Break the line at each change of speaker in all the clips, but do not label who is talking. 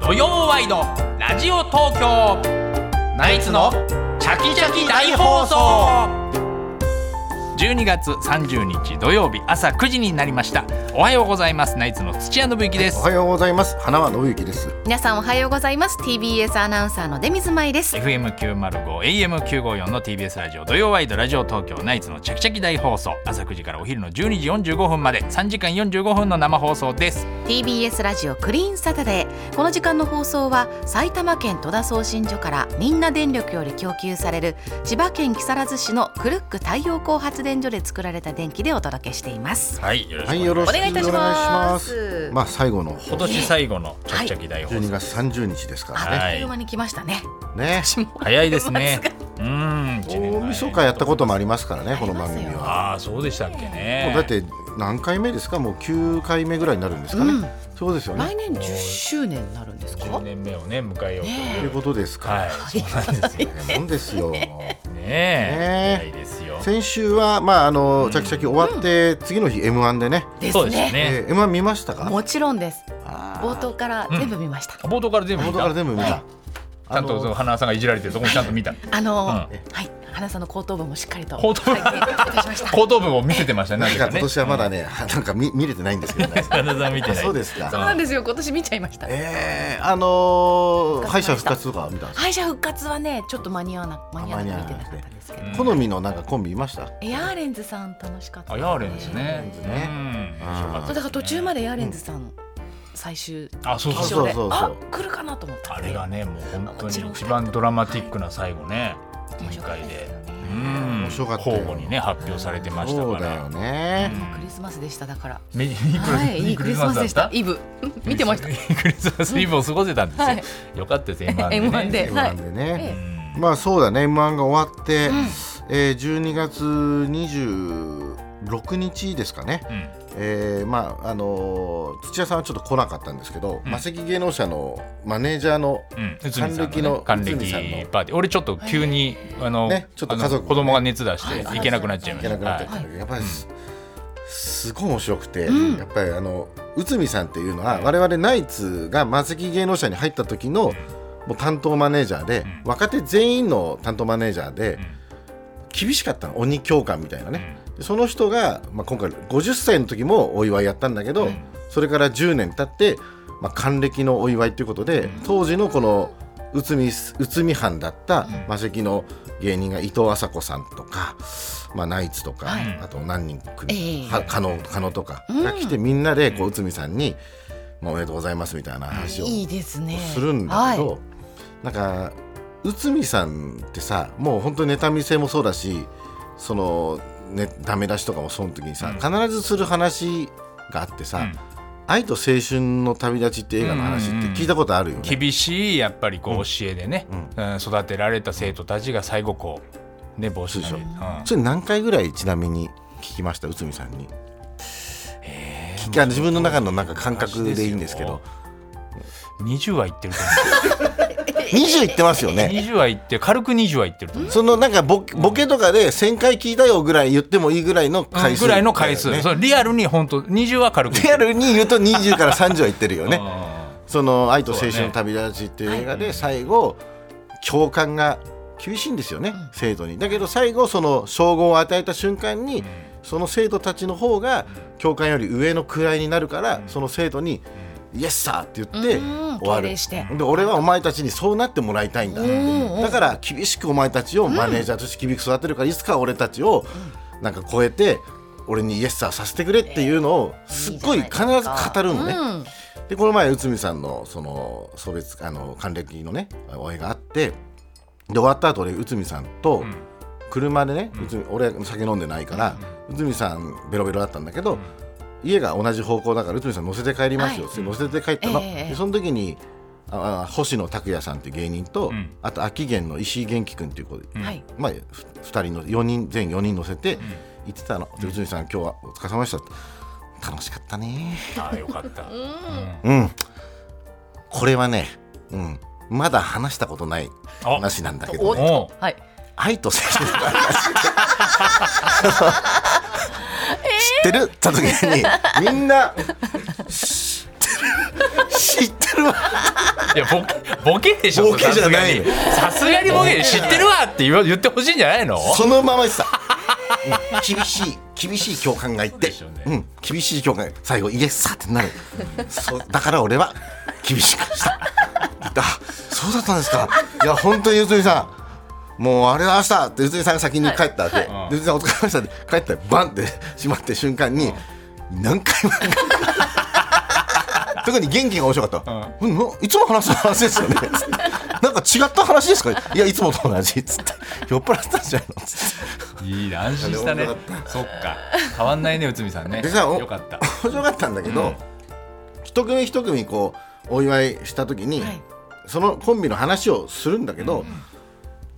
土曜ワイドラジオ東京ナイツのチャキチャキ大放送12月30日土曜日朝9時になりましたおはようございますナイツの土屋信之です、
おはようございます。花輪信之です。
皆さんおはようございます TBS アナウンサーの出水舞です
FM905 AM954 の TBS ラジオ土曜ワイドラジオ東京ナイツのチャキチャキ大放送朝9時からお昼の12時45分まで3時間45分の生放送です
TBS ラジオクリーンサタデーこの時間の放送は埼玉県戸田送信所からみんな電力より供給される千葉県木更津市のクルック太陽光発電所で作られた電気でお届けしています
はいよろしく
はい、よろしく
お願いいたします
お願いしまあ最後の
今年最後のチャキチャキ大放
12
送、
月30日ですか
あ
ら
っ
ね。
という間に来ましたね、
ね。
早いですねうん一年前
大晦日やったこともありますからね、この番組は。
ああそうでしたっけね
もうだって何回目ですか？もう9回目ぐらいになるんですか
うん
ね。そうですよね。
来年10周年になるんです
10
か
年目をね迎えようと
と
い
いう
う、
ことです
は
か
いそうなんですよね
ら。なんですよ。
え
ね
早いですよ
先週はまああのチャキチャキ終わって次の日 M1 でね。
で
そ
す
うで
ね
すね、
えー M1 見ましたか？
もちろんです冒
冒
頭から全部見ました、
冒頭から全部見
頭
た
から全部見
は
た
い。
ちゃんとその花輪さんがいじられてるとこもちゃんと 見た
あのー
う
はい花さんの後頭部もしっかりと
後頭部
拝見いたしました
後頭部を見せてましたねな
なん
ぜ
か
かね。
今年はまだね、なんか見見れてないんですけどね
花輪さん見て
あ
ない
そうですか
そうなんですよ今年見ちゃいました
えー、あのー、
復活
敗
しま
者復
した
活とか見たんですか
敗者復活はねちょっと間に合わな間に合わなくて見てなかったんですけど、
うん
好みのなんかコンビいました
エアーレンズさん楽しかった
あ
ね
ヤーレンズね
ズね
うん
うん
面白かったす
そ
ね
うだから途中までエアーレンズさん、最終
あそうそう
決
そう
勝で
そうそうそう
あ来るかなと思った
あれがねもう本当
もち
に
ろん
一番ドラマティックな最後ね
面白
2
かっ
回
たです
で
よね
うん
面白かったよ
交互にね発表されてました
そう
か
だよ
ら
ね、
クリスマスでしただから
メリークリ
はいいいクリスマスでしたイブ見てました
メリークリスマスイブを過ごせたんですよ、
はい
よかったです M1 でね
M1 で
そうなんでね、
え
うん
まあそうだね M1 が終わって、
うん
えー、12月26日ですかね、
うん
えーまああのー土屋さんはちょっと来なかったんですけど、
うん
マセキ芸能者のマネージャーの、
うん、内海さん
還暦の
ね還暦
内海さんの
パーティー俺ちょっと急に、あの
ねちょっと家族
あの子供が熱出して
はい
行けなくなっちゃい
い
まし
け
た
なくなっちゃっ
は
たんだけど、やっぱりす,、ごい面白くて、
うん
やっぱりあの内海さんっていうのは、
はい
我々ナイツがマセキ芸能者に入った時の、もう担当マネージャーで、
うん
若手全員の担当マネージャーで、
うん
厳しかったの鬼教官みたいないね、でその人が、まあ、今回50歳の時もお祝いやったんだけど、
うん
それから10年経って、まあ、還暦のお祝いということで、当時のこの内海内海藩だった魔石の芸人が伊藤麻子さんとか、まあ、ナイツとか、
はい
あと何人
え
組
え
は加納加納とか
うん
が来て、みんなでこう内海さんに、まあ、おめでとうございますみたいな話を
いいですね
するんだけど、
はい
なんか内海さんってさもう本当にネタ見せもそうだしその、ね、ダメ出しとかもその時にさ、必ずする話があってさ「
うん
愛と青春の旅立ち」って映画の話って聞いたことあるよね。
厳しいやっぱりこう教えでね、
うん
うん育てられた生徒たちが最後こうね帽子投げて
そう
うん
それ何回ぐらいちなみに聞きました内海さんに。
え
聞きあの自分の中のなんか感覚でいいんですけど
ー、20は言ってると
20いってますよ
思う
ね。
20は言って軽く20は言ってると思う
そのなんかボケボケとかで1000回聞いたよぐらい言ってもいいぐらいの回数
ぐらいの回数、
ね
そうリアルに本当20は軽く言って
リアルに言うと20から30は言ってるよ
る
ね。
う
その「愛と青春の旅立ち」っていう映画で最後教官が厳しいんですよね生徒にだけど最後その称号を与えた瞬間にその生徒たちの方が教官より上の位になるからその生徒に「イエスサー!」って言って
うん
終わ
敬
る
礼して
で俺はお前たちにそうなってもらいたいんだ
うん
だから厳しくお前たちをマネージャーとして厳しく育てるからいつか俺たちをなんか超えて俺にイエスサーさせてくれっていうのをすっごい必ず語るのね。
うん
でこの前内海さんのその送別あの還暦のねお会いがあってで終わった後俺内海さんと
ん
車でね、内海俺酒飲んでないから、内海さんベロベロだったんだけど、家が同じ方向だから内海さん乗せて帰りますよ、
は
乗せて帰ったの、
ええ
でその時にああ星野拓也さんっていう芸人と、
うん
あと秋元の石井元気君っていう子で、
はい
まあ、ふ2人の4人全4人乗せて行ってたの、で内海さん今日はお疲れ様でしたって楽しかったね
ああよか った、うん
うん。これはね、うん。まだ話したことない
あ
話なんだけ
お
ど
っ
ね。
おう
とはい
愛と青春の話。知ってるって言った時にみんな知ってる知ってるわ
いやボケボケでしょ
ボケじゃないの
さすがにさすがにボケで知ってるわって言わ言ってほしいんじゃないの
そのままでしたうん厳しい厳しい教官が言って
でしょうね
うん、厳しい教官が最後イエスさってなるそうだから俺は厳しくしたあそうだったんですかいや本当にゆずりさんもうあれは明日ってゆずりさんが先に帰ったわけ、
はい
でゆずりさんお疲れ様でしたって帰ったらバンって閉まって瞬間に何回も特に元気が面白かった、うんないつも話す話ですよねなんか違った話ですかいやいつもと同じっつって酔っ払ってたんじゃないのっつって
いいね安心したねそっか変わんないね内海さんね
でさお
よかった
面白かったんだけど、
うん
一組一組こうお祝いした時に、
はい
そのコンビの話をするんだけど、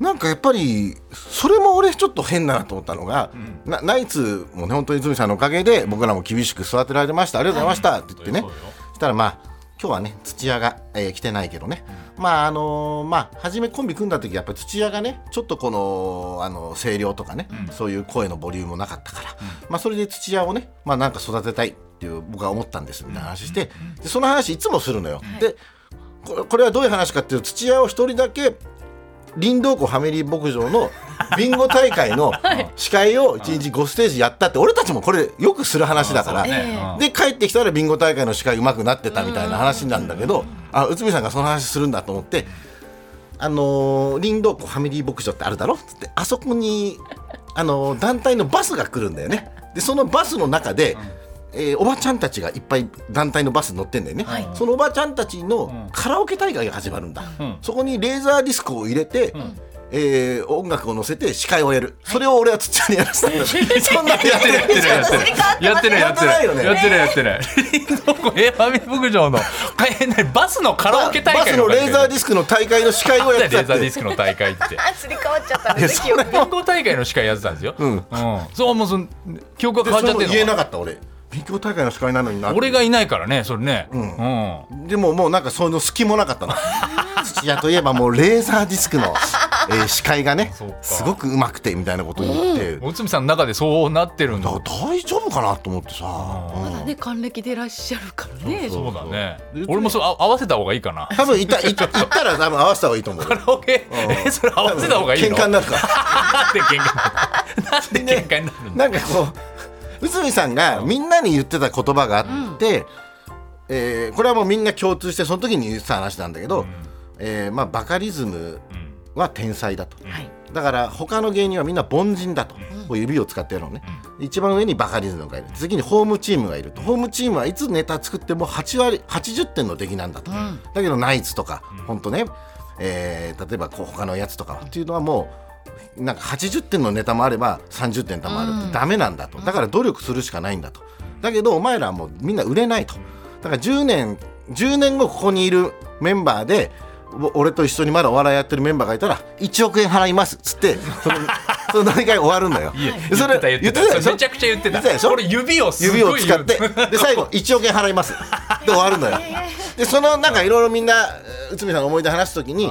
なんかやっぱりそれも俺ちょっと変だなと思ったのが、なナイツもね本当に泉さんのおかげで僕らも厳しく育てられましたありがとうございましたって言ってね、
そうよ
そしたらまあ今日はね土屋が、えー来てないけどね、まああのーまあ初めコンビ組んだ時やっぱり土屋がねちょっとこの、あの声量とかね、そういう声のボリュームなかったから、まあそれで土屋をねまあなんか育てたいっていう僕は思ったんですみたいな話して、でその話いつもするのよ、でこれこれはどういう話かっていうと土屋を一人だけ林道湖ファミリー牧場のビンゴ大会の司会を1日5ステージやったって俺たちもこれよくする話だから、
そうね
ええ
うん
で帰ってきたらビンゴ大会の司会うまくなってたみたいな話なんだけどあ内海さんがその話するんだと思って「あのー、林道湖ファミリー牧場ってあるだろ?」つってあそこに、あのー団体のバスが来るんだよね。でそのバスの中で、えーおばちゃんたちがいっぱい団体のバスに乗ってんだよね、
はい
そのおばちゃんたち
う
の
ん
カラオケ大会が始まるんだ、
うん
そこにレーザーディスコを入れて、
ん
えー音楽を乗せて司会をやる、それを俺はつっちゃんにやらせたんだそんなのやってない
やってるやってるやってる
変わってないよね
やってるやってるやってるどこえファミリー牧場のえなにバスのカラオケ大
バス
会
のレーザーデ
ディ
ィスクの大会の司会をや
レ
ってたっ
ーザーディ
て
スクの大会って
あすり替わっちゃったんですね
いや
記憶
ビンゴ大会の司会やってたんですよ。
うん
そうもうその記憶が変わっちゃって
でそれも言え
るの
なかった俺勉強大会の司会なのにな
俺がいないからね、それね。うん。
でももうなんかそういうの隙もなかったの 土屋といえばもうレーザーディスクの、えー司会が ね
そうか
すごくうまくてみたいなことを言って、だ
おつみさんの中でそうなってるんだ。
から大丈夫かなと思ってさ、うん
まだね還暦でいらっしゃるからね
そうだね
そうそう。
俺もそうあ合わせた方がいいか な。
多分いたいいたら多分合わせた方がいいと 思う
カラオケえ それ合わせた方がいい
喧
の？
嘩に
な
なるから
んで喧嘩になる？なんで喧嘩になるんだ？
なんかこう内海さんがみんなに言ってた言葉があって、えーこれはもうみんな共通してその時に言ってた話なんだけど、えーまあ、バカリズムは天才だと、
はい
だから他の芸人はみんな凡人だと、こう指を使ってやるのね、一番上にバカリズムがいる次にホームチームがいるとホームチームはいつネタ作っても8割80点の出来なんだと、だけどナイツとか、ほんとね、えー例えばこう他のやつとかはっていうのはもうなんか80点のネタもあれば30点のネタもあるってダメなんだと、だから努力するしかないんだとだけどお前らはもうみんな売れないとだから10年10年後ここにいるメンバーでお俺と一緒にまだお笑いやってるメンバーがいたら1億円払いますっつってそ のその大会終わるんだよ。
いや
で
言ってた言ってた。それめちゃ
でしょ
くちゃ言って
言ってたでしょ
た。俺指をすごい
指を使って
言う
で最後1億円払いますで終わるのよでそのなんかいろいろみんな内海さんの思い出話すときに
ん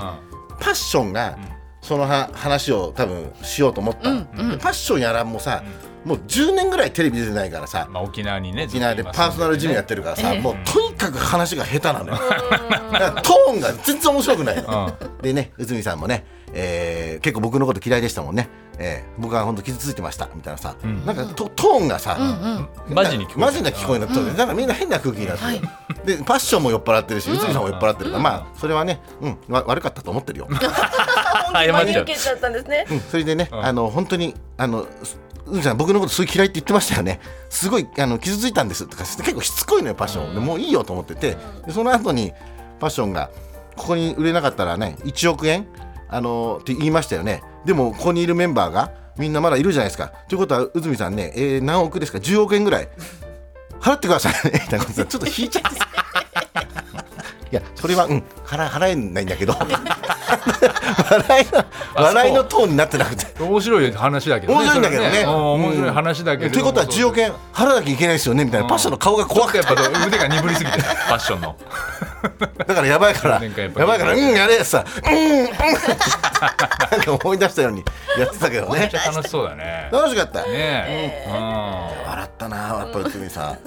パッションがそのは話を多分しようと思ったのでパッションやらんもさもう10年ぐらいテレビ出てないからさ
まあ沖縄にね。
沖縄でパーソナルジムやってるからさもうとにかく話が下手なのよだからトーンが全然面白くないのでね内海さんもねえー結構僕のこと嫌いでしたもんね、えー僕は本当傷ついてましたみたいなさ、なんかとトーンがさ、
マジに聞こえ
マジな聞こえになってる、なんかみんな変な空気になってる、でパッションも酔っ払ってるし内海さんも酔っ払ってるから、まあそれはね、うん、わ悪かったと思ってるよ、
え 謝っちゃう
受。けちゃったんですね
うん、それでね、あの本当にあのす内海さん僕のことすごい嫌いって言ってましたよねすごいあの傷ついたんですとかして結構しつこいのよパッション、でもういいよと思っててでその後にパッションがここに売れなかったらね1億円あのって言いましたよねでもここにいるメンバーがみんなまだいるじゃないですかということは内海さんね、えー何億ですか10億円ぐらい払ってくださ いねみたいなことさちょっと引いちゃってさいやそれはうん払払えないんだけ ど笑いの笑いのトーンになってなくて
面白い話だけどね。
面白いんだけど
それ
ね
はうん面白い話だけど。
ということは10億円払わなきゃいけないですよねみたいなパッションの顔が怖くて
やっぱ腕が鈍りすぎてファッション の
だからやばいから
10億円や
や
っぱり
ばいからうんやれやつさうんうんなんか思い出したようにやってたけど
めっ
ね
ちゃ楽しそうだね
楽しかった
ねえ、
笑ったなやっぱり内海さん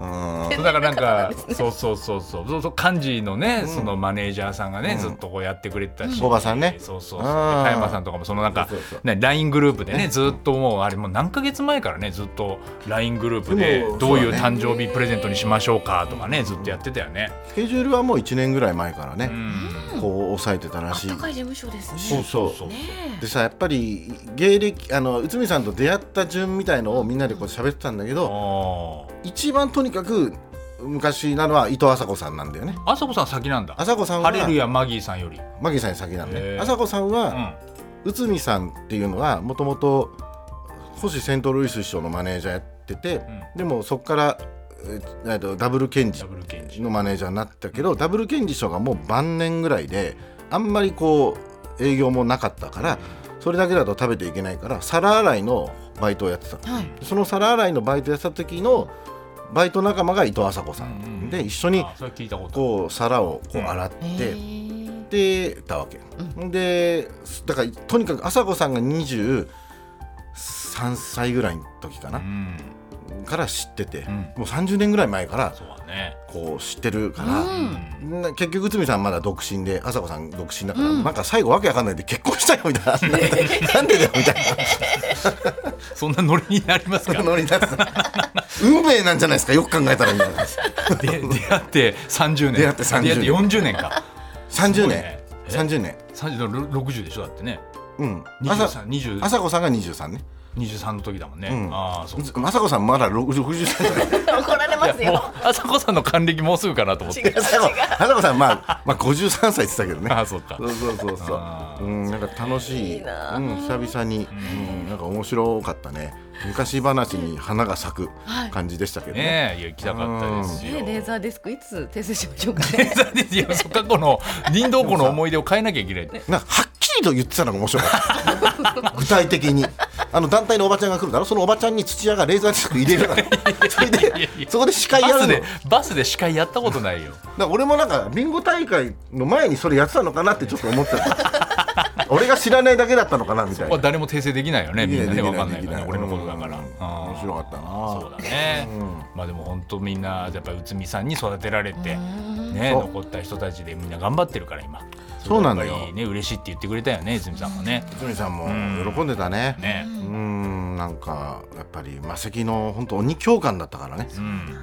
ううん
そうだからなんかそうそうそうそうそうそう幹事のね、そのマネージャーさんがね、
うん
ずっとこうやってくれてたし、
うんおばさんね
そうそうそうで
あー
加山さんとかもそのなんか
そうそうそう
ね LINE グループでねずっともうあれもう何ヶ月前からねずっと LINE グループで
でも
どういう
そうだ
誕生日プレゼントにしましょうかとかねずっとやってたよね。
スケジュールはもう1年ぐらい前からね
う、ん
こう抑えてたらしい
あったかい事務所ですね。
そうそう
そう
ね
でさやっぱり芸歴あの内海さんと出会った順みたいのをみんなでこう喋ってたんだけど
あ
一番とにかく昔なのは伊藤麻子さんなんだよね
あさこさん先なんだ。
麻子さん
ハレル
は
ヤマギーさんより。
マギーさんに先なんで、
へ
ね、
ー
麻子さん
う
は
ん
内海さんっていうのはもともと星セントルイス師匠のマネージャーやってて、
う
でもそこからえーえっとダブル検
ダ
事
ブル検事。
のマネージャーになったけどダブル検事師匠がもう晩年ぐらいであんまりこう営業もなかったからそれだけだと食べていけないから皿洗いのバイトをやってたの
はい。
その皿洗いのバイトやってた時のバイト仲間が伊藤麻子さん、
うんうん
で一緒に
あそれ聞いたことある。
こう皿をこう洗っ
へ
て
ー
ってたわけ、でだからとにかく麻子さんが23歳ぐらいの時か
う
な、
ん。
から知って
ん
て、もう30年ぐらい前から
そうだね。
こう知ってるか
う
ら。
ん。
な結局内海さんまだ独身で朝子さん独身だから、なんか最後わけわかんないで結婚したよみた いな なんでだよみたい
そんなノリになりますか
な。ノリになってた運命なんじゃないですかよく考えたらみたいな
で 出会って30年
出会って30
出会って40年か
30年、
ね
30年
30のろ60でしょだってね
うん朝
23 20
朝子さんが23ね
23の時だもんね、
うん
ああそうい
朝子さんまだ60歳ぐらい
怒られます
やもう
よ。
朝子さんの還暦もうすぐかなと思って
朝子朝子さんまあ、まあ、53歳って言ってたけどね
ああそうか
そうそうそう
あ
そ
ー
う。うん、なんか楽しい。
い
う
い
ん、
なあ
久々に、うん、なんか面白かったね。昔話に花が咲く
はい
感じでしたけどね。
ねえいや行きたかったですよ、
ね、レーザーディスクいつ訂正しましょうか
レ
ね。
ーザーですよ そっかこの林道湖の思い出を変えなきゃいけない
なんかはっきりと言ってたのが面白かった。 具体的に。あの団体のおばちゃんが来るだろそのおばちゃんに土屋がレーザーディスク入れる からそれ
いやい
で
や
そこで司会や
バ
る
ス
の
でバスで司会やったことないよ
だから俺もなんかビンゴ大会の前にそれやってたのかなってちょっと思ってた 俺が知らないだけだったのかなみたい
こ
な
れ誰も訂正できないよねみんなね
できな
わ
い
かんないからね
できな
俺
い
のことだから、
うん
ああ
面白かったな
そうだね、まあでも本当みんなやっぱり内海さんに育てられて、ね、
そう
残った人たちでみんな頑張ってるから今
そうなんだよ
やっぱりね嬉しいって言ってくれたよね内海さんもね
堤さんも喜んでたね
ね、
うーんなんかやっぱり魔石の本当鬼教官だったからね
うん
厳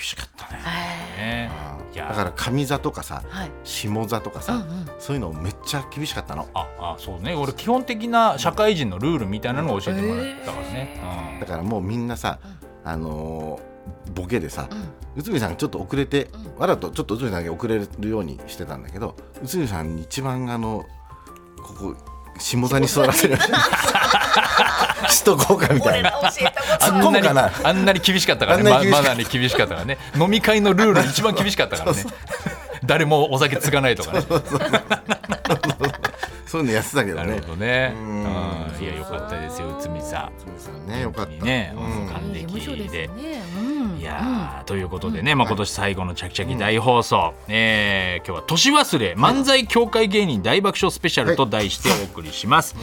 しかったね
は
ねいや
だから上座とかさ
い。
下座とかさ、
うんうん
そういうのめっちゃ厳しかったの
ああそうね俺基本的な社会人のルールみたいなのを教えてもらったからね、
だからもうみんなさ、あのーボケでさ
うん
内海さんがちょっと遅れて、
う
わざとちょっと内海さんが遅れるようにしてたんだけど内海さんに一番あのここ下座に座らせる しとこうかみたいな
教えたこ
突っ
あ
込
んな
む
に
かな
あんなに厳しかったからね
あんな
まマナー
に厳しかった
に厳しかったからね飲み会のルール一番厳しかった からね 誰もお酒つかないとかね
そういうのやってたけど
なる
ね
ほどね。
う
うんん、いや、良かったですよ、内海さん。
内海さんねよかった
ね
うん
還
いい事務所
暦で
で。
す
ね。うん。
いやーということでね、まあ、今年最後の「ちゃきちゃき大放送」えー今日は「年忘れ漫才協会芸人大爆笑スペシャル」と題してお送りします、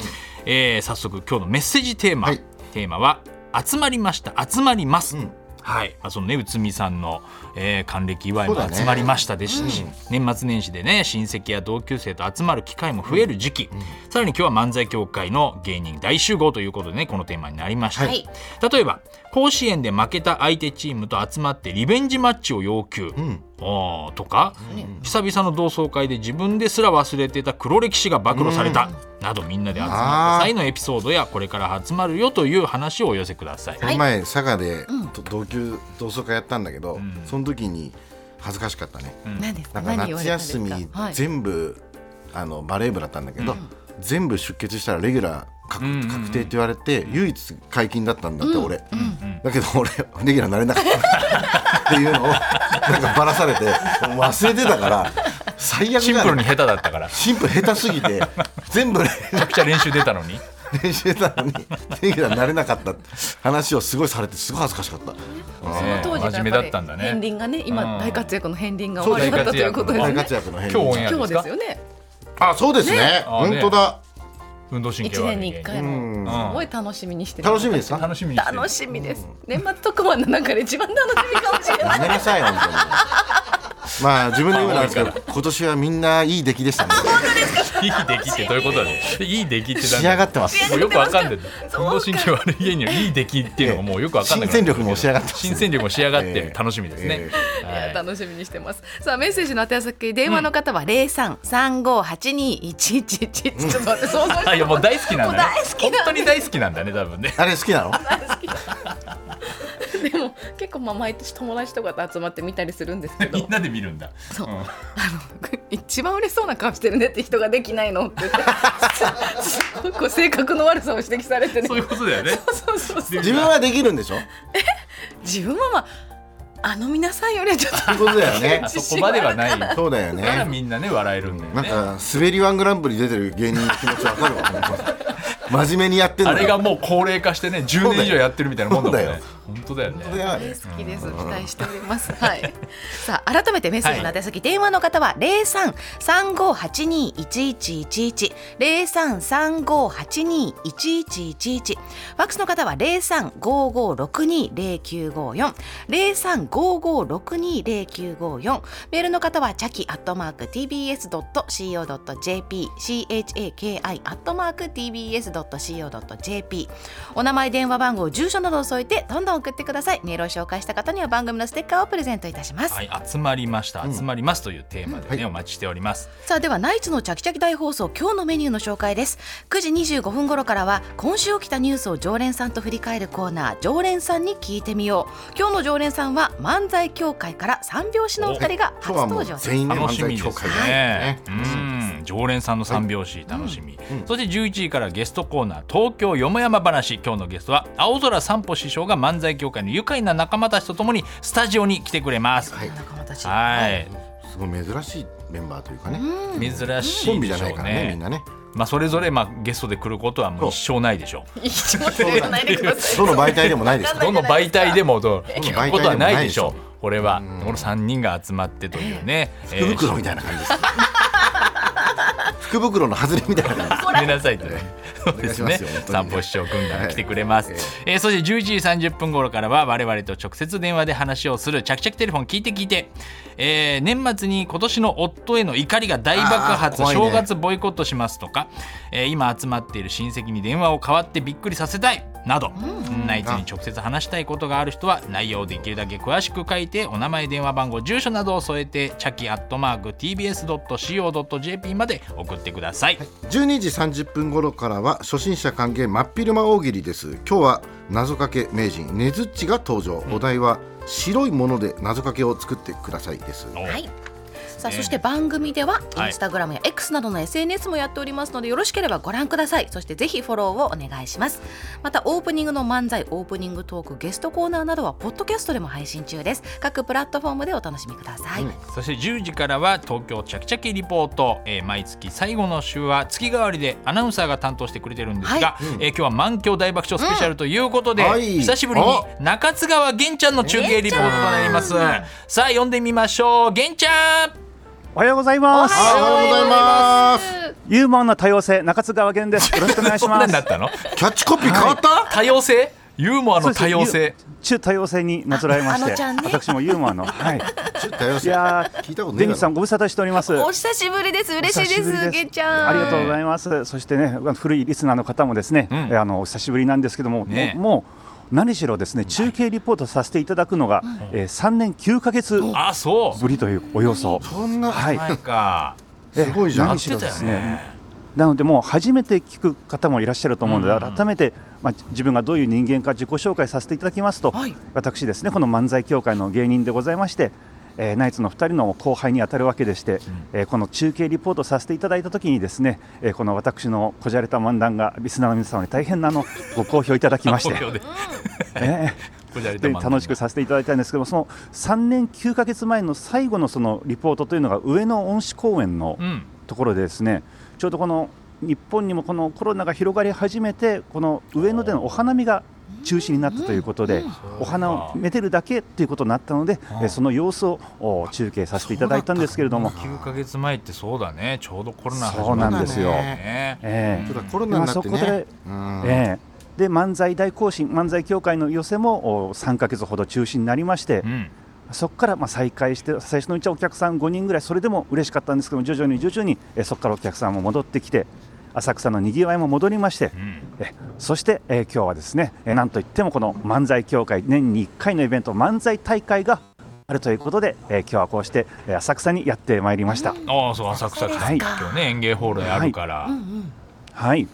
えー早速今日のメッセージテーマ、
はい
テーマは「集まりました集まります」
うん
はい、まあ、そのね内海さんの、えー還暦祝い
そうだ
も
ね
集まりましたですし、年末年始でね親戚や同級生と集まる機会も増える時期、さらに今日は漫才協会の芸人大集合ということでねこのテーマになりました、
はい
例えば甲子園で負けた相手チームと集まってリベンジマッチを要求、
ん
あーとか、久々の同窓会で自分ですら忘れてた黒歴史が暴露された、などみんなで集まった際のエピソードやこれから集まるよという話をお寄せくだ さい。
この前佐賀でと同級同窓会やったんだけど、
ん
その時に恥ずかしかったね、
何です
なん
か。
か
何言わ
夏
れたんで
休
すか。
み
はい
全部、あのバレー部だったんだけど、全部出血したらレギュラー確,、
うんうんうん
確定って言われて唯一解禁だったんだって俺、だけど俺レギュラーになれなかったって いうのをなんかばらされてもう忘れてたから最悪
シン
だ
プルに
ね
下手だったからめ
シンプル下手すぎて全部レ
ちゃくちゃ練習出たのに
練習してたのにレギュラーになれなかったって話をすごいされてすごい恥ずかしかった。
その当時の
真面目だったんだね
やぱり片鱗がね、
うん
今大活躍の片鱗が終わりだった
そう
ということです
大
ね。
活躍の変
今日オンエア
今日
で
ですす
か
よね。
あそうですね
あね
本当だ
運動神経
一
悪い
年に一
う
回
ん
うん
すごい楽しみにしてる
楽しみですか
楽しみにしてる
楽しみです年末特番の中で一番楽しみかもしれない
やめなさい本当にまあ自分で言うのなんですけど今年はみんないい出来でしたね
いい出来ってどういうことだねいい出来って
仕上がっててます
もうよくわかんない運
そうか
動神経悪い家にはいい出来っていうのがもうよくわかんない
新戦力も仕上がってます
新戦力も仕上がって
ええ
楽しみですね
え
はい
楽しみにしてます。さあメッセージの宛先電話の方は零三三五八二一一一ちょっと待って想像して
あいやもう大好きなんだね
もう大好きなんだ
本当に大好きなんだね多分ね
あれ好きなの
でも結構まあ毎年友達とかと集まって見たりするんですけ
みん
ど
なで見るんだ
そう
うん
一番嬉しそうな顔してるねって人ができないのって言ってすごいこう性格の悪さを指摘されてね
そういうことだよね
そうそうそう
自分はできるんでしょ
自分はまああの皆さんよりはちょっと
そういうことだよね
あ そこまではないだ
そうだよ
から
ね
みんなね笑えるんだよ
なん
ね
か滑りワングランプリ出てる芸人の気持ちわかるわ本当に真面目にやってんの
あれがもう高齢化してね10年以上やってるみたいなもんだもん
そうだ
ね
よ
本当だよね
大好きです。期待しております。はい。さあ改めてメッセージの宛先、電話の方は零三三五八二一一一一零三三五八二一一一一。ファックスの方は零三五五六二零九五四零三五五六二零九五四。メールの方はチャキアットマーク TBS ドット CO ドット JP C H A K I アットマーク TBS ドット CO ドット JP。お名前、電話番号、住所などを添えてどんどん送ってください。メールを紹介した方には番組のステッカーをプレゼントいたします。
はい集まりました集まりますというテーマでねお待ちしております
さあではナイツのチャキチャキ大放送今日のメニューの紹介です9時25分頃からは今週起きたニュースを常連さんと振り返るコーナー常連さんに聞いてみよう今日の常連さんは漫才協会から三拍子のお二人が初
今日はもう
登場です
全員で
楽
漫
しみ
才
で
協
す
会
ね
ね。
うん、常連さんの三拍子楽しみ。そして11時からゲストコーナー東京よもやま話。今日のゲストは青空散歩師匠が漫才協会の愉快な仲間たちとともにスタジオに来てくれます。はい。
い
仲間たち
すごい珍しいメンバーというかね
珍しいでしょ
コ
う
ンビじゃないからねみん なね
まあそれぞれまあゲストで来ることはもう一生ないでしょ う。
一応言わないでください
どの媒体でもないですから
どの媒体でもどう
どの媒体で
聞
もない
くことはないでしょう。これはこの三人が集まってというね。
福袋み
たい
たいな感じです福袋の外れみたいな感じです
な。寝なさいとね。そうですね
お願いしますよ本。当
散
に
歩師匠軍団が来てくれます。えーそして11時30分頃からは我々と直接電話で話をするチャキチャキテレフォン聞いて聞いて、えー年末に今年の夫への怒りが大爆
あー
発、
怖いね
正月ボイコットしますとか、えー今集まっている親戚に電話を代わってびっくりさせたいなど、ナイツに直接話したいことがある人は内容をできるだけ詳しく書いてお名前電話番号住所などを添えてチャキアットマーク TBS.CO.JP まで送ってください。
12時30分頃からは初心者歓迎真っ昼間大喜利です今日は謎かけ名人ねずっちが登場、お題は白いもので謎かけを作ってくださいです
お
はい。さあそして番組ではインスタグラムや X などの SNS もやっておりますのでよろしければご覧くださいそしてぜひフォローをお願いしますまたオープニングの漫才オープニングトークゲストコーナーなどはポッドキャストでも配信中です各プラットフォームでお楽しみください、
そして10時からは東京ちゃきちゃきリポート、えー毎月最後の週は月替わりでアナウンサーが担当してくれてるんですが、えー今日は満響大爆笑スペシャルということで、
うんはい
久しぶりに中津川源ちゃんの中継リポートとなりますさあ読んでみましょう源ちゃん
おはようございます。
おはようございます
ユーモアな多様性、中津川源です。よろしくお願い し
こんな
ま
にな
す
っ。たの
キャッチコピー変わった、
多様性ユーモアの多様
そうで
性
す。ゆ中多様性になぞらえまし
ああの
て、
ちゃんね
私もユーモアの、はい。
ちょっと多様
い
性
や
聞いたこと
ー、
ねえ
出
だ
口さ
ろ
んご無沙汰しております。
お久しぶりです嬉しいで
お久ぶり
すげんちゃん
ありがとうございます。そしてね、古いリスナーの方もですね、えーあのお久しぶりなんですけども、
ね
もうもう何しろですね、中継リポートさせていただくのが、えー3年9ヶ月ぶ
あそう
りというおよそ。
そんな、
はい。
なんか
え
すごいじゃん
何しろですね。なのでもう初めて聞く方もいらっしゃると思うので、改めて、まあ、自分がどういう人間か自己紹介させていただきますと、
はい
私ですねこの漫才協会の芸人でございまして、えーナイツの2人の後輩にあたるわけでして、えーこの中継リポートさせていただいた時にですね、えーこの私のこじゃれた漫談がリスナーの皆様に大変なあのご好評いただきまして
好。評で
えー
こじゃれた
で
漫才
楽しくさせていただいたんですけどもその3年9ヶ月前の最後のそのリポートというのが上野恩賜公園の
うん
ところでですねちょうどこの日本にもこのコロナが広がり始めてこの上野でのお花見が中止になったということで、お花をめでるだけということになったので、えーその様子をお中継させていただいたんですけれども、
9か月前ってそうだねちょうどコロナ始まった
そうなんですよ。
ね
え
ちょ
ー
っとコロナになって
まあそこ
ね
で。
うん
ええで漫才大行進漫才協会の寄せもお3か月ほど中止になりまして、
うん
そこからまあ再開して最初のうちはお客さん5人ぐらいそれでも嬉しかったんですけども徐々に徐々にえそこからお客さんも戻ってきて浅草のにぎわいも戻りまして、
うん
えそして、えー今日はですね、えーなんといってもこの漫才協会年に1回のイベント漫才大会があるということで、えー今日はこうしてえー浅草にやってまいりました。
ああそう浅草
そう
か
です
か
今日ね園芸ホールあるから、
うんうん
はい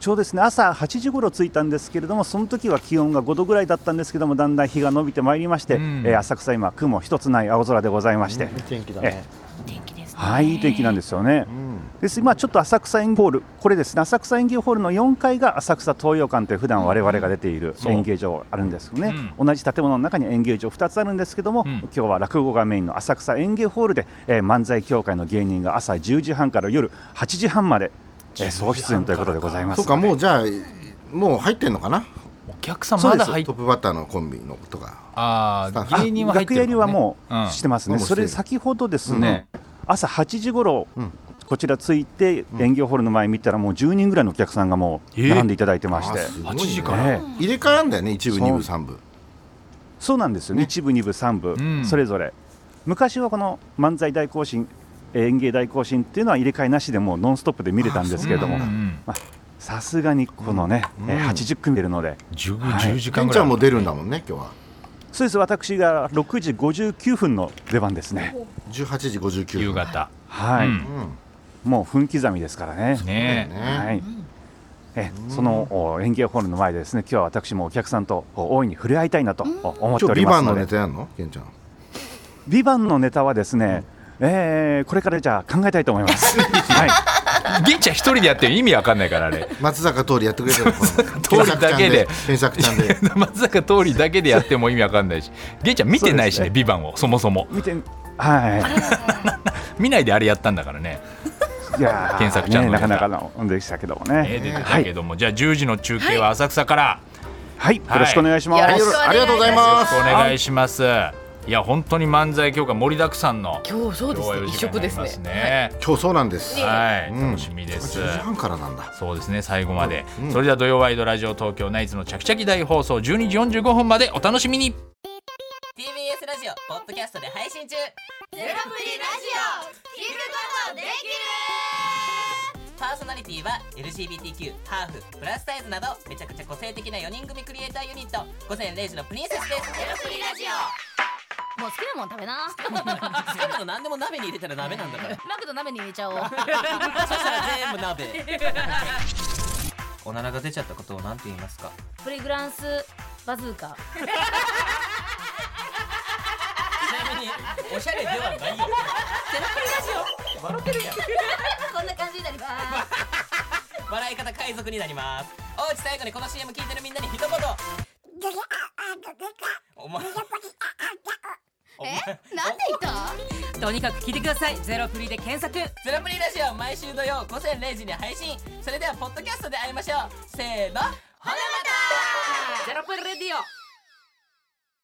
ちょうどですね朝8時頃着いたんですけれどもその時は気温が5度ぐらいだったんですけどもだんだん日が伸びてまいりまして、
うん
えー浅草今雲一つない青空でございまして、
天気だ
ね。
天気ですね
はいいい天気なんですすよね、
うん
です今ちょっと浅草演芸ホールこれですね浅草演芸ホールの4階が浅草東洋館という普段我々が出ている
そう
演芸場あるんですよね、
う
同じ建物の中に演芸場2つあるんですけども、
うん
今日は落語がメインの浅草演芸ホールで、えー漫才協会の芸人が朝10時半から夜8時半まで、えー総出演ということでございます
そうかもうじゃあもう入ってんのかな。
お客さん
そう
ま
です
だ入っ
トップバッターのコンビのとか。
あ
スタッ
あ
フ
芸人は入ってる
楽屋入りはも
うん
うしてますね、
うん
それ先ほどですね、朝8時頃、
うん
こちら着いて、演芸ホールの前見たら、もう10人ぐらいのお客さんがもう
ええ
並んでいただいてまして、
あすご
8
いね
時から、
ええ
入れ替わるんだよね一部
そう
二部三部。
そうなんですよね、
ね
一部、二部、三部、
うん
それぞれ、昔はこの漫才大行進、演芸大行進っていうのは入れ替えなしでもうノンストップで見れたんですけれども
うんう、ん
さすがにこのね、
うん
えー80組出るので、
10,
はい
10時
ケ
間
ン
ぐ
ち
ら
ゃ
い
んも出るんだもんね今日は。
そうです、私が6時59分の出番ですね、
十八時五十九。
夕。方
はい、
うん
うん。
もう分刻みですからね。
ねえ
ね
はい、えそのお演芸ホールの前でですね今日は私もお客さんとお大いに触れ合いたいなとお思って
今日
おり
ビ
ま
バ
す
ン
の
の
で
ネタやんのケンちゃん。
「ビバンのネタはですね、えーこれからじゃあ考えたいと思 います。はい
ゲンちゃん一人でやってる意味わかんないからあれ
松坂桃李やってくれたの。
桃李だけで
検索ちゃ んで。
まさか通りだけでやっても意味わかんないしゲンちゃん見てないし
そう
ね
ですね
ビバンをそもそも
見ては
見ないであれやったんだからね
い、いやー
検索ちゃんの
ね、
ネ
な
タ
かなかのでしたけども
え
ね
ー出て
は
た
い
け、ども、じゃあ10時の中継は浅草から、
はい、よろしくお願いします。
よろしくお願いします
ありがとうございま
お
す。
願いします、い、や本当に漫才協会盛りだくさんの
今日そうです
共
ね
有
一
時間になり
色です
ま
ね
すね
今日そうなんです。
はい、
うん
楽しみです、
10時半からなんだ。
そうですね最後まで、
うん
それでは土曜ワイドラジオ東京ナイツのちゃきちゃき大放送12時45分までお楽しみに
TBS ラジオポッドキャストで配信中
ゼロプリラジオ聞くことできる
パーソナリティは LGBTQ ハーフプラスサイズなどめちゃくちゃ個性的な4人組クリエイターユニット午前0時のプリンセス ですゼロプリラジオ
もう好きなもん食べな
好きなの何でも鍋に入れたら鍋なんだ から
マクド鍋に入れちゃおう
そしたら全部鍋おならが出ちゃったことを何て言いますか
プリグランスバズーカ
ちなみにおしゃれではないよゼロプリラジオ笑ってるやん
こんな感じになります
笑い方海賊になりますおうち最後にこの CM 聞いてるみんなに一言お前お前
なんで言ったとにかく聞いてくださいゼロプリで検索
ゼロプリラジオ毎週土曜午前0時に配信それではポッドキャストで会いましょうせーのほなまた
ゼロプリレディオ